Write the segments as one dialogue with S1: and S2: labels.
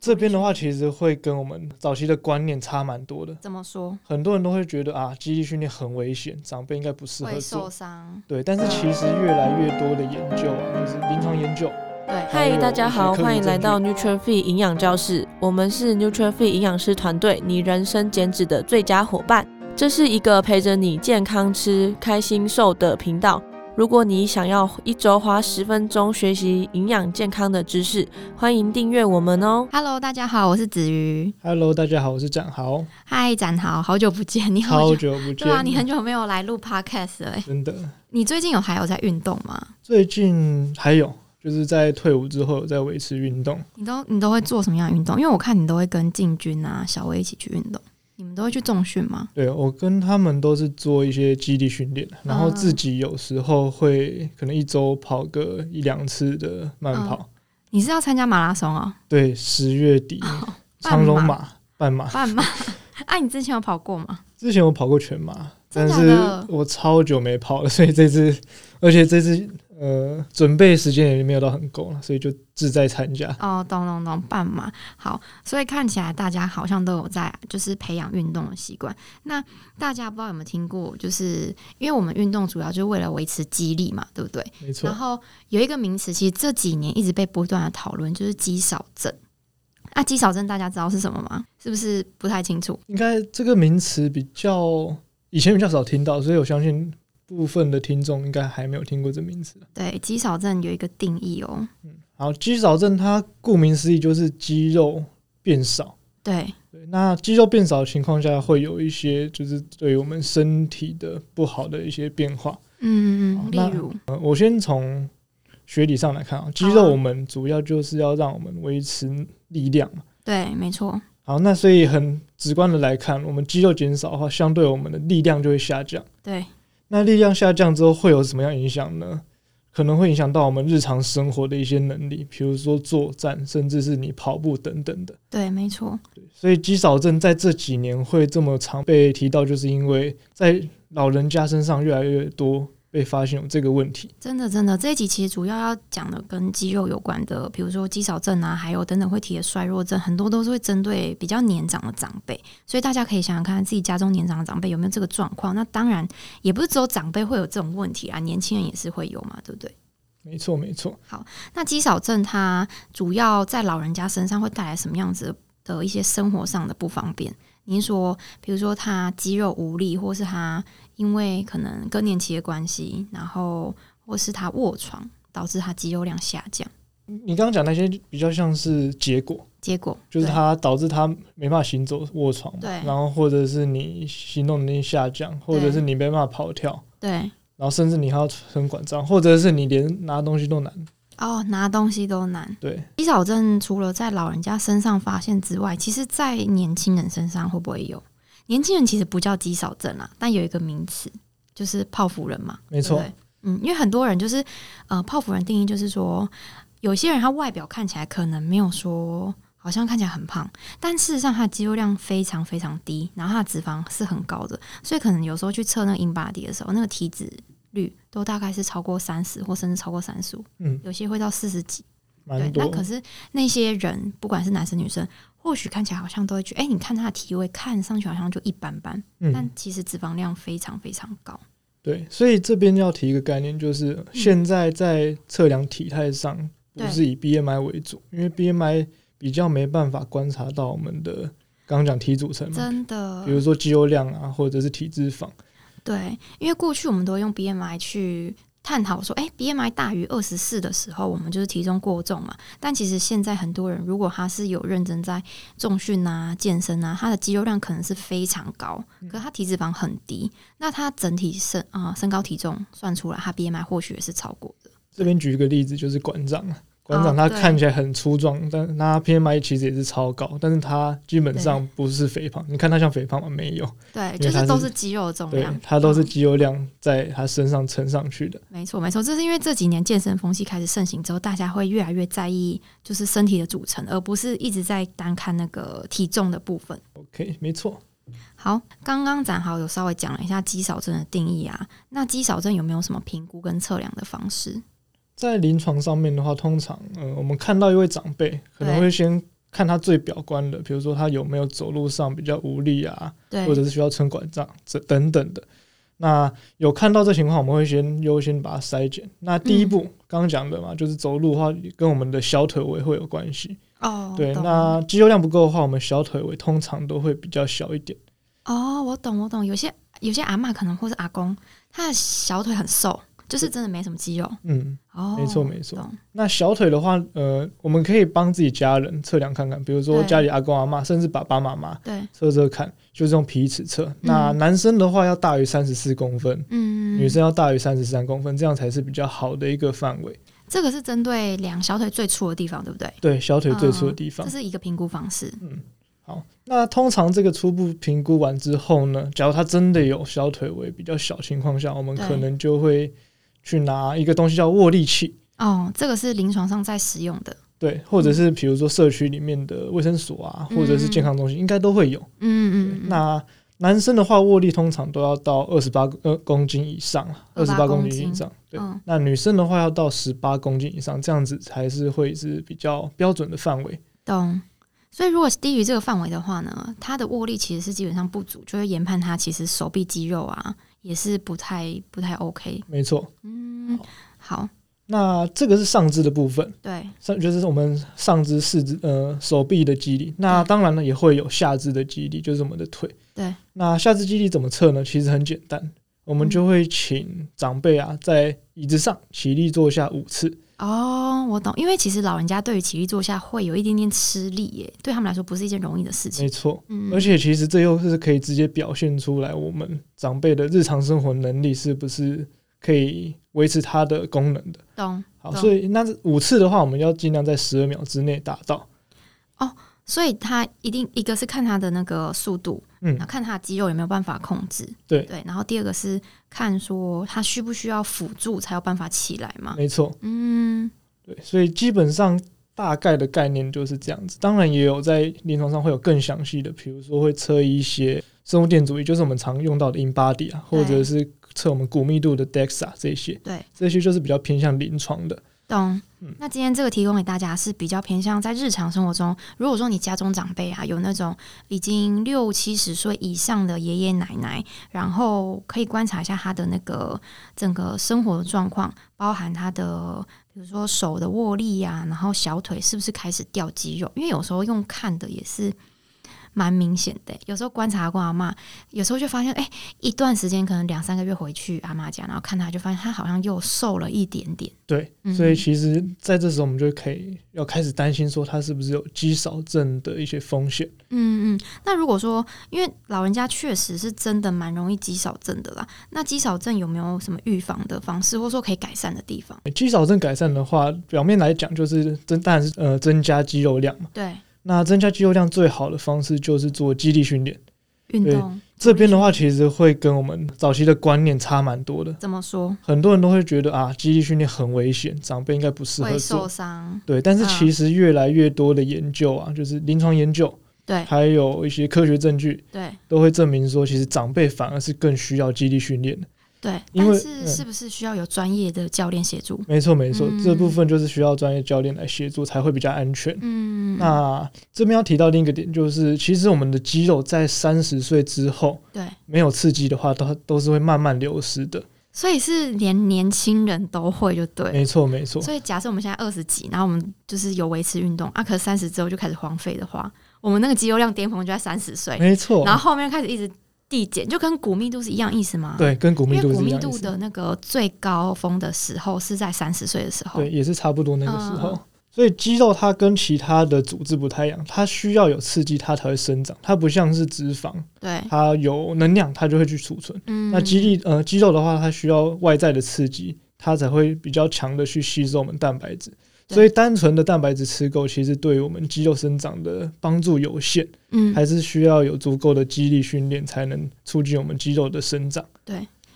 S1: 这边的话，其实会跟我们早期的观念差蛮多的。
S2: 怎么说
S1: 很多人都会觉得啊，肌力训练很危险，长辈应该不适合
S2: 会受
S1: 做。
S2: 伤？
S1: 对，但是其实越来越多的研究啊，就是临床研究，
S2: 对，
S1: 还
S3: 嗨，
S1: 有
S3: 大家好，
S1: 科学
S3: 欢迎来
S1: 证据
S3: 到 NutriFit 营养教室，我们是 NutriFit 营养师团队，你人生减脂的最佳伙伴。这是一个陪着你健康吃、开心瘦的频道。如果你想要一周花十分钟学习营养健康的知识，欢迎订阅我们哦。
S2: Hello，大家好，我是子瑜。
S1: Hello，大家好，我是展豪，
S2: 嗨，展豪，好久不见，你好
S1: 好
S2: 久。
S1: 久不见。
S2: 对啊，你很久没有来录 podcast 了欸。
S1: 真的，
S2: 你最近有还有在运动吗？
S1: 最近还有就是在退伍之后有在维持运动。
S2: 你都你都会做什么样的运动？因为我看你都会跟进军啊、小薇一起去运动，你们都会去重训吗？
S1: 对我跟他们都是做一些基地训练，然
S2: 嗯
S1: 后自己有时候会可能一周跑个一两次的慢跑。
S2: 你是要参加马拉松哦，
S1: 对，十月底、 长龙马、半马，
S2: 半 马？哎、你之前有跑过吗？
S1: 之前我跑过全马，但
S2: 真假
S1: 是
S2: 的
S1: 我超久没跑了，所 以这次，而且这次呃准备时间也没有到很够了，所以就志在参加。
S2: 哦，懂懂懂，半马好，所以看起来大家好像都有在就是培养运动的习惯。那大家不知道有没有听过，就是因为我们运动主要就是为了维持肌力嘛，对不对？
S1: 没错
S2: 然，后有一个名词，其实这几年一直被不断的讨论，就是肌少症。那、肌少症大家知道是什么吗？是不是不太清楚？
S1: 应该这个名词比较以前比较少听到，所以我相信部分的听众应该还没有听过这名词。
S2: 对，肌少症有一个定义哦。
S1: 好，肌少症它顾名思义就是肌肉变少。
S2: 对，
S1: 对，那肌肉变少的情况下，会有一些就是对于我们身体的不好的一些变化。
S2: 嗯
S1: 好
S2: 嗯，
S1: 那
S2: 例如，
S1: 呃，我先从学理上来看啊，肌
S2: 好
S1: 肉
S2: 啊
S1: 我们主要就是要让我们维持力量嘛。
S2: 对，没错，
S1: 好，那所以很直观的来看，我们肌肉减少的话，相对我们的力量就会下降。
S2: 对，
S1: 那力量下降之后会有什么样影响呢？可能会影响到我们日常生活的一些能力，比如说作战，甚至是你跑步等等的。
S2: 对，没错，
S1: 所以肌少症在这几年会这么常被提到，就是因为在老人家身上越来越多被发现有这个问题。
S2: 真的，真的，这一集其实主要要讲的跟肌肉有关的，比如说肌少症啊，还有等等会提的衰弱症，很多都是会针对比较年长的长辈，所以大家可以想想看自己家中年长的长辈有没有这个状况。那当然也不是只有长辈会有这种问题啊，年轻人也是会有嘛，对不对？
S1: 没错，没错。
S2: 那肌少症它主要在老人家身上会带来什么样子的一些生活上的不方便？您说，比如说他肌肉无力，或是他因为可能更年期的关系，然后或是他卧床导致他肌肉量下降，
S1: 你刚刚讲那些比较像是结果，
S2: 结果
S1: 就是
S2: 对
S1: 它导致他没办法行走、卧床嘛，
S2: 对
S1: 然后或者是你行动能力下降，或者是你没办法跑跳，
S2: 对
S1: 然后甚至你还要很管账，或者是你连拿东西都难。
S2: 哦，拿东西都难。
S1: 对，
S2: 肌少症除了在老人家身上发现之外，其实在年轻人身上会不会有？年轻人其实不叫肌少症啦，但有一个名词就是泡芙人嘛，
S1: 没错
S2: 对不对嗯，因为很多人就是呃，泡芙人定义就是说，有些人他外表看起来可能没有说好像看起来很胖，但事实上他的肌肉量非常非常低，然后他的脂肪是很高的，所以可能有时候去测那个 in body 的时候，那个体脂率都大概是超过三十或甚至超过三十五，
S1: 嗯，
S2: 有些会到四十几。对
S1: 蛮，
S2: 那
S1: 多。
S2: 可是那些人，不管是男生女生，或许看起来好像都会觉得，哎、你看他的体位，看上去好像就一般般，但
S1: 嗯，
S2: 其实脂肪量非常非常高。
S1: 对，所以这边要提一个概念，就是
S2: 嗯
S1: 现在在测量体态上不
S2: 对
S1: 是以 BMI 为主，因为 BMI 比较没办法观察到我们的刚刚讲体组成嘛，
S2: 真的
S1: 比，如说肌肉量啊，或者是体脂肪。
S2: 对，因为过去我们都会用 BMI 去探讨说，哎、b m i 大于二十四的时候，我们就是体重过重嘛。但其实现在很多人，如果他是有认真在重训啊、健身啊，他的肌肉量可能是非常高，
S1: 嗯
S2: 可是他体脂肪很低，那他整体身啊、身高体重算出来，他 BMI 或许也是超过的。
S1: 这边举一个例子，就是馆长啊，馆长
S2: 哦
S1: 他
S2: 对
S1: 看起来很粗壮，但他 PMI 其实也是超高，但是他基本上不是肥胖。你看他像肥胖吗？没有，
S2: 对，
S1: 为
S2: 就
S1: 它
S2: 是都
S1: 是
S2: 是肌肉的重
S1: 对
S2: 量，
S1: 他都是
S2: 哦嗯
S1: 肌肉量在他身上撑上去的。
S2: 没错，没错，这是因为这几年健身风气开始盛行之后，大家会越来越在意就是身体的组成，而不是一直在单看那个体重的部分。
S1: OK，没错。
S2: 好，刚刚展豪有稍微讲了一下肌少症的定义啊，那肌少症有没有什么评估跟测量的方式？
S1: 在临床上面的话，通常呃，我们看到一位长辈，可能
S2: 对
S1: 会先看他最表观的，比如说他有没有走路上比较无力啊，
S2: 对，
S1: 或者是需要撑拐杖这等等的。那有看到这情况，我们会先优先把它筛检。那第一
S2: 嗯
S1: 步，刚刚讲的嘛，就是走路的话，跟我们的小腿围会有关系。
S2: 哦，
S1: 对，
S2: 懂
S1: 那肌肉量不够的话，我们小腿围通常都会比较小一点。
S2: 哦，我懂，我懂。有些有些阿嬷可能或是阿公，他的小腿很瘦，就是真的没什么肌肉。
S1: 嗯，
S2: 哦，
S1: 没错没错
S2: 懂
S1: 那小腿的话，呃，我们可以帮自己家人测量看看，比如说
S2: 对
S1: 家里阿公阿妈，甚至爸爸妈妈
S2: 对，
S1: 测测看，就是用皮尺测。那男生的话要大于三十四公分，
S2: 嗯，
S1: 女生要大于三十三公分，这样才是比较好的一个范围。
S2: 这个是针对量小腿最粗的地方，对不对？
S1: 对，小腿最粗的地方
S2: 这。是一个评估方式。
S1: 好，那通常这个初步评估完之后呢，假如他真的有小腿围比较小情况下，我们
S2: 对
S1: 可能就会去拿一个东西叫握力器，
S2: 哦，这个是临床上在使用的。
S1: 对，或者是比如说社区里面的卫生所啊，
S2: 嗯
S1: 或者是健康中心，应该都会有。
S2: 嗯嗯嗯，
S1: 那男生的话，握力通常都要到二十八呃公斤以上，啊二十
S2: 28
S1: 八
S2: 公
S1: 公
S2: 斤
S1: 斤以上。对，
S2: 嗯
S1: 那女生的话要到十八公斤以上，这样子才是会是比较标准的范围。
S2: 懂。所以如果是低于这个范围的话呢，他的握力其实是基本上不足，就会研判他其实手臂肌肉啊也是不太不太 OK。
S1: 没错，
S2: 嗯，好，
S1: 那这个是上肢的部分。
S2: 对，
S1: 上就是我们上肢、四肢、呃手臂的肌力。那
S2: 对
S1: 当然呢，也会有下肢的肌力，就是我们的腿。
S2: 对。
S1: 那下肢肌力怎么测呢？其实很简单，我们
S2: 嗯
S1: 就会请长辈啊在椅子上起立坐下五次。
S2: 哦，我懂，因为其实老人家对于起立坐下会有一点点吃力耶，对他们来说不是一件容易的事情
S1: 没。错。
S2: 嗯，
S1: 而且其实这又是可以直接表现出来我们长辈的日常生活能力是不是可以维持它的功能的。
S2: 懂
S1: 好，
S2: 懂
S1: 所以那五次的话，我们要尽量在十二秒之内达到。
S2: 所以他一定一个是看他的那个速度，
S1: 嗯
S2: 然后看他的肌肉有没有办法控制，
S1: 对
S2: 对，然后第二个是看说他需不需要辅助才有办法起来嘛。
S1: 没错。
S2: 嗯，
S1: 对，所以基本上大概的概念就是这样子。当然也有在临床上会有更详细的，比如说会测一些生物电阻仪，就是我们常用到的 InBody 啊，
S2: 对
S1: 或者是测我们骨密度的 DEXA 这些，
S2: 对，
S1: 这些就是比较偏向临床的。
S2: 懂
S1: 嗯。
S2: 那今天这个提供给大家是比较偏向在日常生活中，如果说你家中长辈啊有那种已经六七十岁以上的爷爷奶奶，然后可以观察一下他的那个整个生活的状况，包含他的比如说手的握力呀、然后小腿是不是开始掉肌肉，因为有时候用看的也是。蛮明显的、有时候观察阿公阿妈，有时候就发现，哎、一段时间可能两三个月回去阿妈家，然后看他就发现他好像又瘦了一点点。
S1: 对
S2: 嗯，
S1: 所以其实在这时候我们就可以要开始担心说他是不是有肌少症的一些风险。
S2: 嗯嗯，那如果说，因为老人家确实是真的蛮容易肌少症的啦，那肌少症有没有什么预防的方式，或者说可以改善的地方？
S1: 肌少症改善的话，表面来讲就是增，当然是呃增加肌肉量嘛。
S2: 对，
S1: 那增加肌肉量最好的方式就是做肌力训练。
S2: 运
S1: 对
S2: 动
S1: 这边的话，其实会跟我们早期的观念差蛮多的。
S2: 怎么说
S1: 很多人都会觉得啊，肌力训练很危险，长辈应该不适合
S2: 会受
S1: 做。
S2: 伤？
S1: 对，但是
S2: 嗯
S1: 其实越来越多的研究啊，就是临床研究，
S2: 对
S1: 还有一些科学证据，
S2: 对
S1: 都会证明说，其实长辈反而是更需要肌力训练的。
S2: 对，
S1: 因
S2: 但
S1: 为
S2: 是
S1: 嗯
S2: 是不是需要有专业的教练协助？
S1: 没错，没错，
S2: 嗯
S1: 这部分就是需要专业教练来协助才会比较安全。
S2: 嗯，
S1: 那这边要提到另一个点，就是其实我们的肌肉在三十岁之后
S2: 对，
S1: 没有刺激的话，它都是会慢慢流失的。
S2: 所以是连年轻人都会就对了。
S1: 没错，没错。
S2: 所以假设我们现在二十几，然后我们就是有维持运动啊，可是三十之后就开始荒废的话，我们那个肌肉量巅峰就在三十岁。
S1: 没错，
S2: 然后后面开始一直递减，就跟骨密度是一样意思吗？，
S1: 对，跟骨密
S2: 因为
S1: 度
S2: 骨
S1: 是一
S2: 密
S1: 样的意
S2: 度
S1: 思。
S2: 的那个最高峰的时候是在三十岁的时候。
S1: 对，也是差不多那个时候。
S2: 嗯
S1: 所以肌肉它跟其他的组织不太一样，它需要有刺激它才会生长，它不像是脂肪，
S2: 对，
S1: 它有能量它就会去储存。
S2: 嗯，
S1: 那肌力呃肌肉的话，它需要外在的刺激，它才会比较强的去吸收我们蛋白质。
S2: 对
S1: 所以单纯的蛋白质吃够，其实对于我们肌肉生长的帮助有限，
S2: 嗯，
S1: 还是需要有足够的肌力训练才能促进我们肌肉的生长。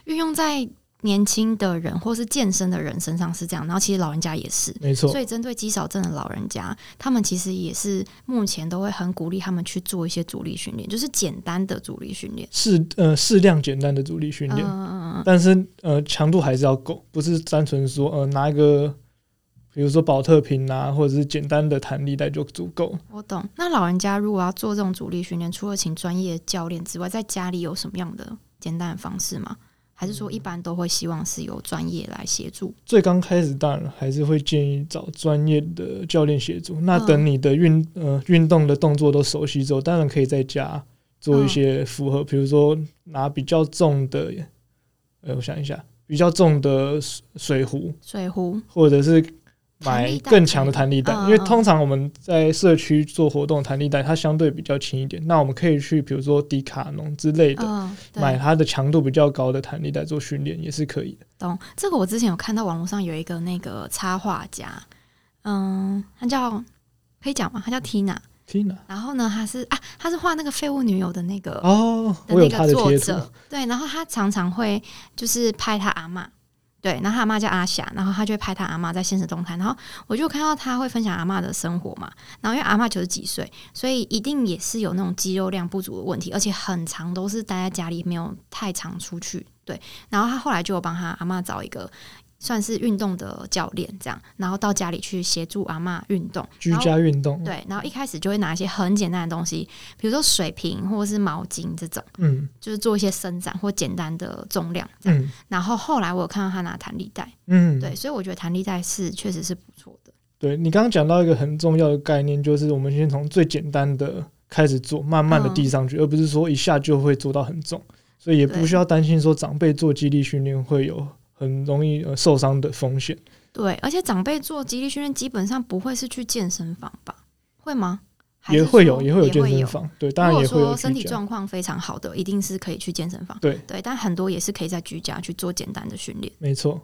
S2: 运用在年轻的人或是健身的人身上是这样，然后其实老人家也是。
S1: 没错
S2: 所，以，针对肌少症的老人家，他们其实也是目前都会很鼓励他们去做一些阻力训练，就是简单的阻力训练。
S1: 适呃适量简单的阻力训
S2: 嗯
S1: 练。
S2: 嗯嗯嗯，
S1: 呃但是呃，强度还是要够，不是单纯说呃拿一个比如说保特瓶啊，或者是简单的弹力带就足够。
S2: 我懂。那老人家如果要做这种阻力训练，除了请专业教练之外，在家里有什么样的简单的方式吗？还
S1: 嗯
S2: 是说一般都会希望是由专业来协助？
S1: 最刚开始当然还是会建议找专业的教练协助。那等你的运、呃运动的动作都熟悉之后，当然可以在家做一些符合，比如说拿比较重的，呃，我想一下，比较重的水水壶，
S2: 水壶
S1: 或者是
S2: 弹
S1: 买
S2: 力带
S1: 更强的弹力带
S2: 嗯，
S1: 因
S2: 嗯
S1: 为
S2: 嗯
S1: 通常我们在社区做活动，弹力带它相对比较轻一点。那我们可以去比如说迪卡侬之类的，
S2: 嗯，对
S1: 买它的强度比较高的弹力带做训练也是可以的。
S2: 懂这个，我之前有看到网络上有一个那个插画家，嗯，他叫可以讲吗？他叫 Tina，
S1: Tina，
S2: 然后呢，他是啊，他是画那个废物女友的那个、
S1: 哦，
S2: 的
S1: 我有
S2: 那
S1: 他
S2: 个
S1: 的
S2: 作
S1: 贴图，
S2: 者，对，然后他常常会就是拍他阿嬷，对，然后他阿嬷叫阿霞，然后他就会拍他阿嬷在现实动态，然后我就看到他会分享阿嬷的生活嘛，然后因为阿嬷九十几岁，所以一定也是有那种肌肉量不足的问题，而且很长都是待在家里，没有太常出去。对，然后他后来就有帮他阿嬷找一个算是运动的教练，这样，然后到家里去协助阿嬷运动，
S1: 居
S2: 然后
S1: 家运动，
S2: 对，然后一开始就会拿一些很简单的东西，比如说水瓶或者是毛巾这种，
S1: 嗯
S2: 就是做一些伸展或简单的重量这样。
S1: 嗯
S2: 然后后来我有看到他拿弹力带，
S1: 嗯，
S2: 对，所以我觉得弹力带是确实是不错的。
S1: 对你刚刚讲到一个很重要的概念，就是我们先从最简单的开始做，慢慢的
S2: 嗯
S1: 递上去，而不是说一下就会做到很重，所以也不
S2: 对
S1: 需要担心说长辈做肌力训练会有很容易呃受伤的风险。
S2: 对，而且长辈做肌力训练基本上不会是去健身房吧？会吗？还
S1: 也
S2: 是
S1: 会有，
S2: 说
S1: 也会有健身。房，对，当然
S2: 如果
S1: 也会有
S2: 说
S1: 居
S2: 身体
S1: 家。
S2: 状况非常好的，一定是可以去健身房。
S1: 对
S2: 对，但很多也是可以在居家去做简单的训练。
S1: 没错，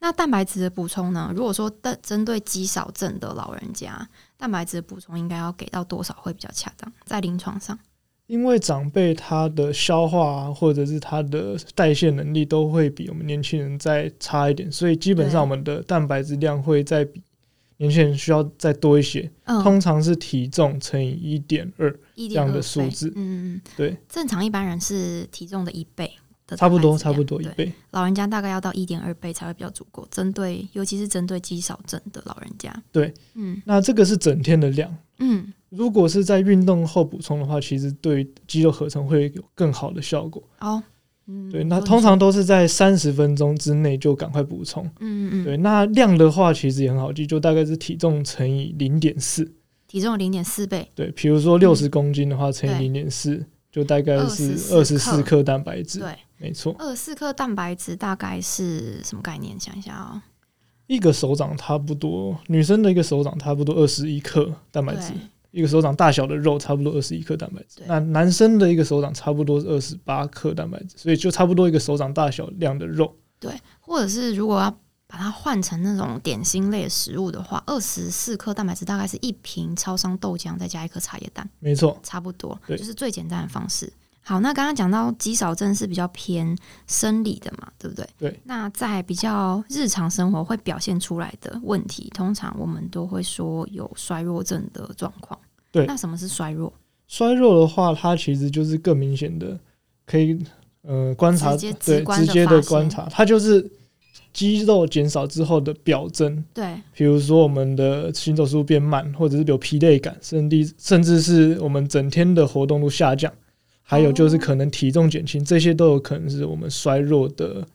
S2: 那蛋白质的补充呢？如果说针针对肌少症的老人家，蛋白质的补充应该要给到多少会比较恰当？在临床上，
S1: 因为长辈他的消化啊或者是他的代谢能力都会比我们年轻人再差一点，所以基本
S2: 对
S1: 上我们的蛋白质量会再比年轻人需要再多一些，
S2: 嗯，
S1: 通常是体重乘以一点二，
S2: 一
S1: 这
S2: 点
S1: 样的数字
S2: 嗯，
S1: 对，
S2: 正常一般人是体重的一倍的蛋白质量，
S1: 差不多差不多一
S2: 对
S1: 倍。
S2: 老人家大概要到一点二倍才会比较足够，针对尤其是针对肌少症的老人家。
S1: 对，
S2: 嗯
S1: 那这个是整天的量，
S2: 嗯，
S1: 如果是在运动后补充的话，其实对于肌肉合成会有更好的效果。
S2: 哦，嗯，
S1: 对，
S2: 我
S1: 那
S2: 懂
S1: 通常都是在三十分钟之内就赶快补充。
S2: 嗯嗯
S1: 对，
S2: 嗯，
S1: 那量的话其实也很好记，就大概是体重乘以零点四。
S2: 体重零点四倍，
S1: 对，比如说六十公斤的话，乘以
S2: 嗯对
S1: 零点四，就大概是二十
S2: 24
S1: 四克蛋白质。
S2: 对，
S1: 没错，
S2: 二十四克蛋白质大概是什么概念？想一下哦，
S1: 一个手掌差不多，女生的一个手掌差不多二十一克蛋白质
S2: 对，，
S1: 一个手掌大小的肉差不多二十一克蛋白质
S2: 对。
S1: 那男生的一个手掌差不多是二十八克蛋白质，所以就差不多一个手掌大小量的肉。
S2: 对，或者是如果要把它换成那种点心类的食物的话，二十四克蛋白质大概是一瓶超商豆浆，再加一颗茶叶蛋，
S1: 没错，
S2: 差不多，
S1: 对
S2: 就是最简单的方式。好，那刚刚讲到肌少症是比较偏生理的嘛，对不对？
S1: 对。
S2: 那在比较日常生活会表现出来的问题，通常我们都会说有衰弱症的状况。
S1: 对
S2: 那什么是衰弱？
S1: 衰弱的话，它其实就是更明显的，可以呃观察
S2: 直接直
S1: 对
S2: 观
S1: 直
S2: 地
S1: 接
S2: 发
S1: 的
S2: 现
S1: 观察，它就是肌肉减少之后的表征。
S2: 对，
S1: 比如说我们的行走速度变慢，或者是有疲累感，甚至甚至是我们整天的活动度下降，还有
S2: 哦
S1: 就是可能体重减轻，这些都有可能是我们衰弱的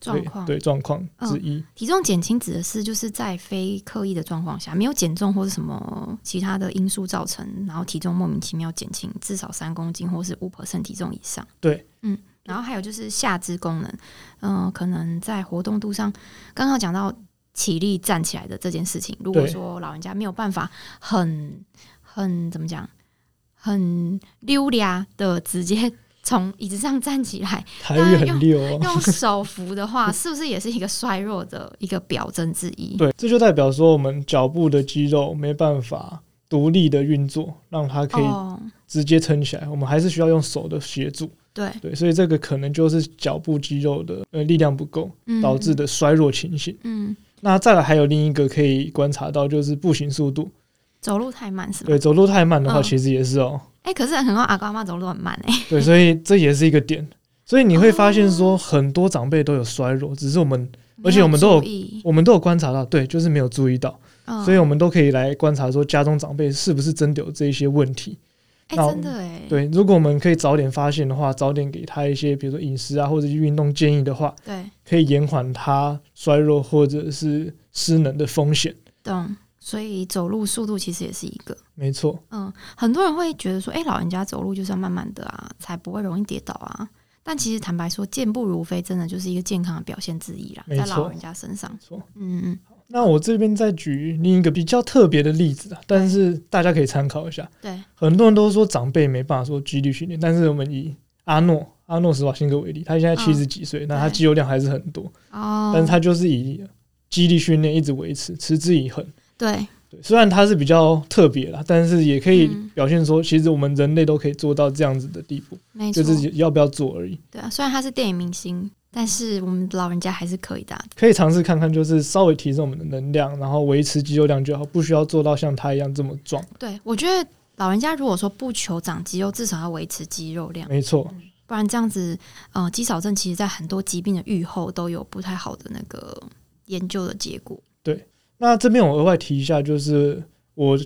S2: 状况嗯
S1: 对对状况之一。
S2: 体重减轻指的是就是在非刻意的状况下，没有减重或是什么其他的因素造成，然后体重莫名其妙减轻至少三公斤或是五 percent 体重以上。
S1: 对，
S2: 嗯，然后还有就是下肢功能，嗯、可能在活动度上，刚刚讲到起立站起来的这件事情，如果
S1: 对
S2: 说老人家没有办法很很怎么讲，很溜达的直接从椅子上站起来，
S1: 台语很溜哦。
S2: 用手扶的话，是不是也是一个衰弱的一个表征之一？
S1: 对，这就代表说我们脚部的肌肉没办法独立的运作，让它可以
S2: 哦，
S1: 直接撑起来，我们还是需要用手的协助。
S2: 对，
S1: 对，所以这个可能就是脚部肌肉的呃力量不够
S2: 嗯
S1: 导致，的衰弱情形。
S2: 嗯，
S1: 那再来还有另一个可以观察到，就是步行速度。
S2: 走路太慢是吗？
S1: 对，走路太慢的话，
S2: 嗯
S1: 其实也是哦、
S2: 哎、可是很多阿公阿妈走路很慢哎、
S1: 对，
S2: 哦
S1: 所以这也是一个点。所以你会发现说，很多长辈都有衰弱，只是我们 而且我们都有
S2: 没注意
S1: 我们都有观察到，对，就是没有注意到，
S2: 嗯
S1: 所以我们都可以来观察说家中长辈是不是真的有这一些问题。
S2: 哎、
S1: 那
S2: 真的哎，
S1: 对，如果我们可以早点发现的话，早点给他一些，比如说饮食啊，或者是运动建议的话，
S2: 对，
S1: 可以延缓他衰弱或者是失能的风险。
S2: 懂。所以走路速度其实也是一个，
S1: 没错，
S2: 嗯，很多人会觉得说，哎、老人家走路就是要慢慢的啊，才不会容易跌倒啊。但其实坦白说，健步如飞真的就是一个健康的表现之一啦，
S1: 没
S2: 在
S1: 错
S2: 老人家身上
S1: 没，错。
S2: 嗯嗯，
S1: 那我这边再举另一个比较特别的例子啊，但是大家可以参考一下。
S2: 对，
S1: 很多人都说长辈没办法做肌力训练，但是我们以阿诺阿诺施瓦辛格为例，他现在七十几岁，那、他
S2: 嗯对
S1: 肌肉量还是很多，
S2: 哦，
S1: 但是他就是以肌力训练一直维持，持之以恒。
S2: 对，
S1: 对，虽然它是比较特别啦，但是也可以
S2: 嗯
S1: 表现说，其实我们人类都可以做到这样子的地步，
S2: 没
S1: 就
S2: 错，
S1: 自己要不要做而已。
S2: 对啊。虽然他是电影明星，但是我们老人家还是可以的啊、
S1: 可以尝试看看，就是稍微提升我们的能量，然后维持肌肉量就好，不需要做到像他一样这么壮。
S2: 对，我觉得老人家如果说不求长肌肉，至少要维持肌肉量，
S1: 没错，
S2: 不然这样子，呃，肌少症其实在很多疾病的预后都有不太好的那个研究的结果。
S1: 那这边我额外提一下，就是我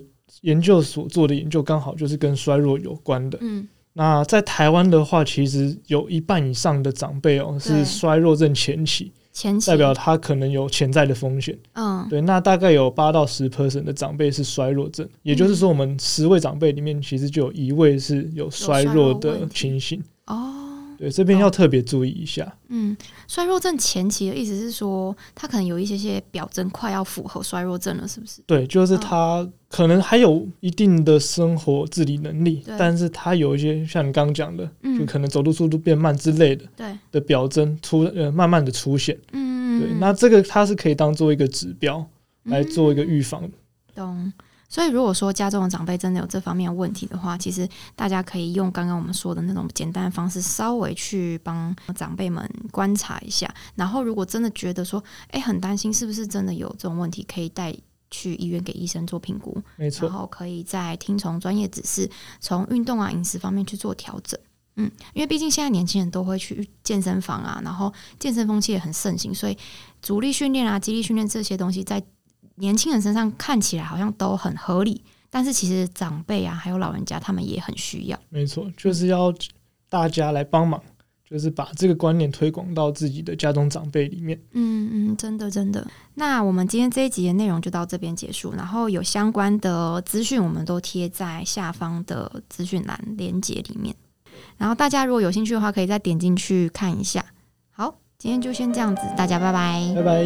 S1: 研究所做的研究刚好就是跟衰弱有关的。
S2: 嗯，
S1: 那在台湾的话，其实有一半以上的长辈哦
S2: 对
S1: 是衰弱症前期，
S2: 前期
S1: 代表他可能有潜在的风险。
S2: 嗯
S1: 对，那大概有八到十 percent 的长辈是衰弱症，也就是说，我们十位长辈里面其实就有一位是有衰弱
S2: 嗯有衰弱
S1: 的
S2: 问题
S1: 情形。
S2: 哦
S1: 对，这边要特别注意一下。
S2: 嗯，衰弱症前期的意思是说，他可能有一些些表征快要符合衰弱症了，是不是？
S1: 对，就是
S2: 嗯
S1: 他可能还有一定的生活自理能力
S2: 对，
S1: 但是他有一些像你刚刚讲的，就
S2: 嗯，
S1: 可能走路速度变慢之类的
S2: 对，
S1: 的表征出呃慢慢的出现。
S2: 嗯，
S1: 对，那这个它是可以当做一个指标来做一个预防。
S2: 懂。所以，如果说家中的长辈真的有这方面的问题的话，其实大家可以用刚刚我们说的那种简单的方式，稍微去帮长辈们观察一下。然后，如果真的觉得说，哎，很担心是不是真的有这种问题，可以带去医院给医生做评估，
S1: 没
S2: 然
S1: 错，
S2: 后可以再听从专业指示，从运动啊、饮食方面去做调整。嗯，因为毕竟现在年轻人都会去健身房啊，然后健身风气也很盛行，所以阻力训练啊、肌力训练这些东西，在年轻人身上看起来好像都很合理，但是其实长辈啊，还有老人家他们也很需要。
S1: 没错，就是要大家来帮忙，就是把这个观念推广到自己的家中长辈里面。
S2: 嗯嗯，真的真的。那我们今天这一集的内容就到这边结束，然后有相关的资讯我们都贴在下方的资讯栏连接里面，然后大家如果有兴趣的话，可以再点进去看一下。好，今天就先这样子，大家拜拜
S1: 拜拜。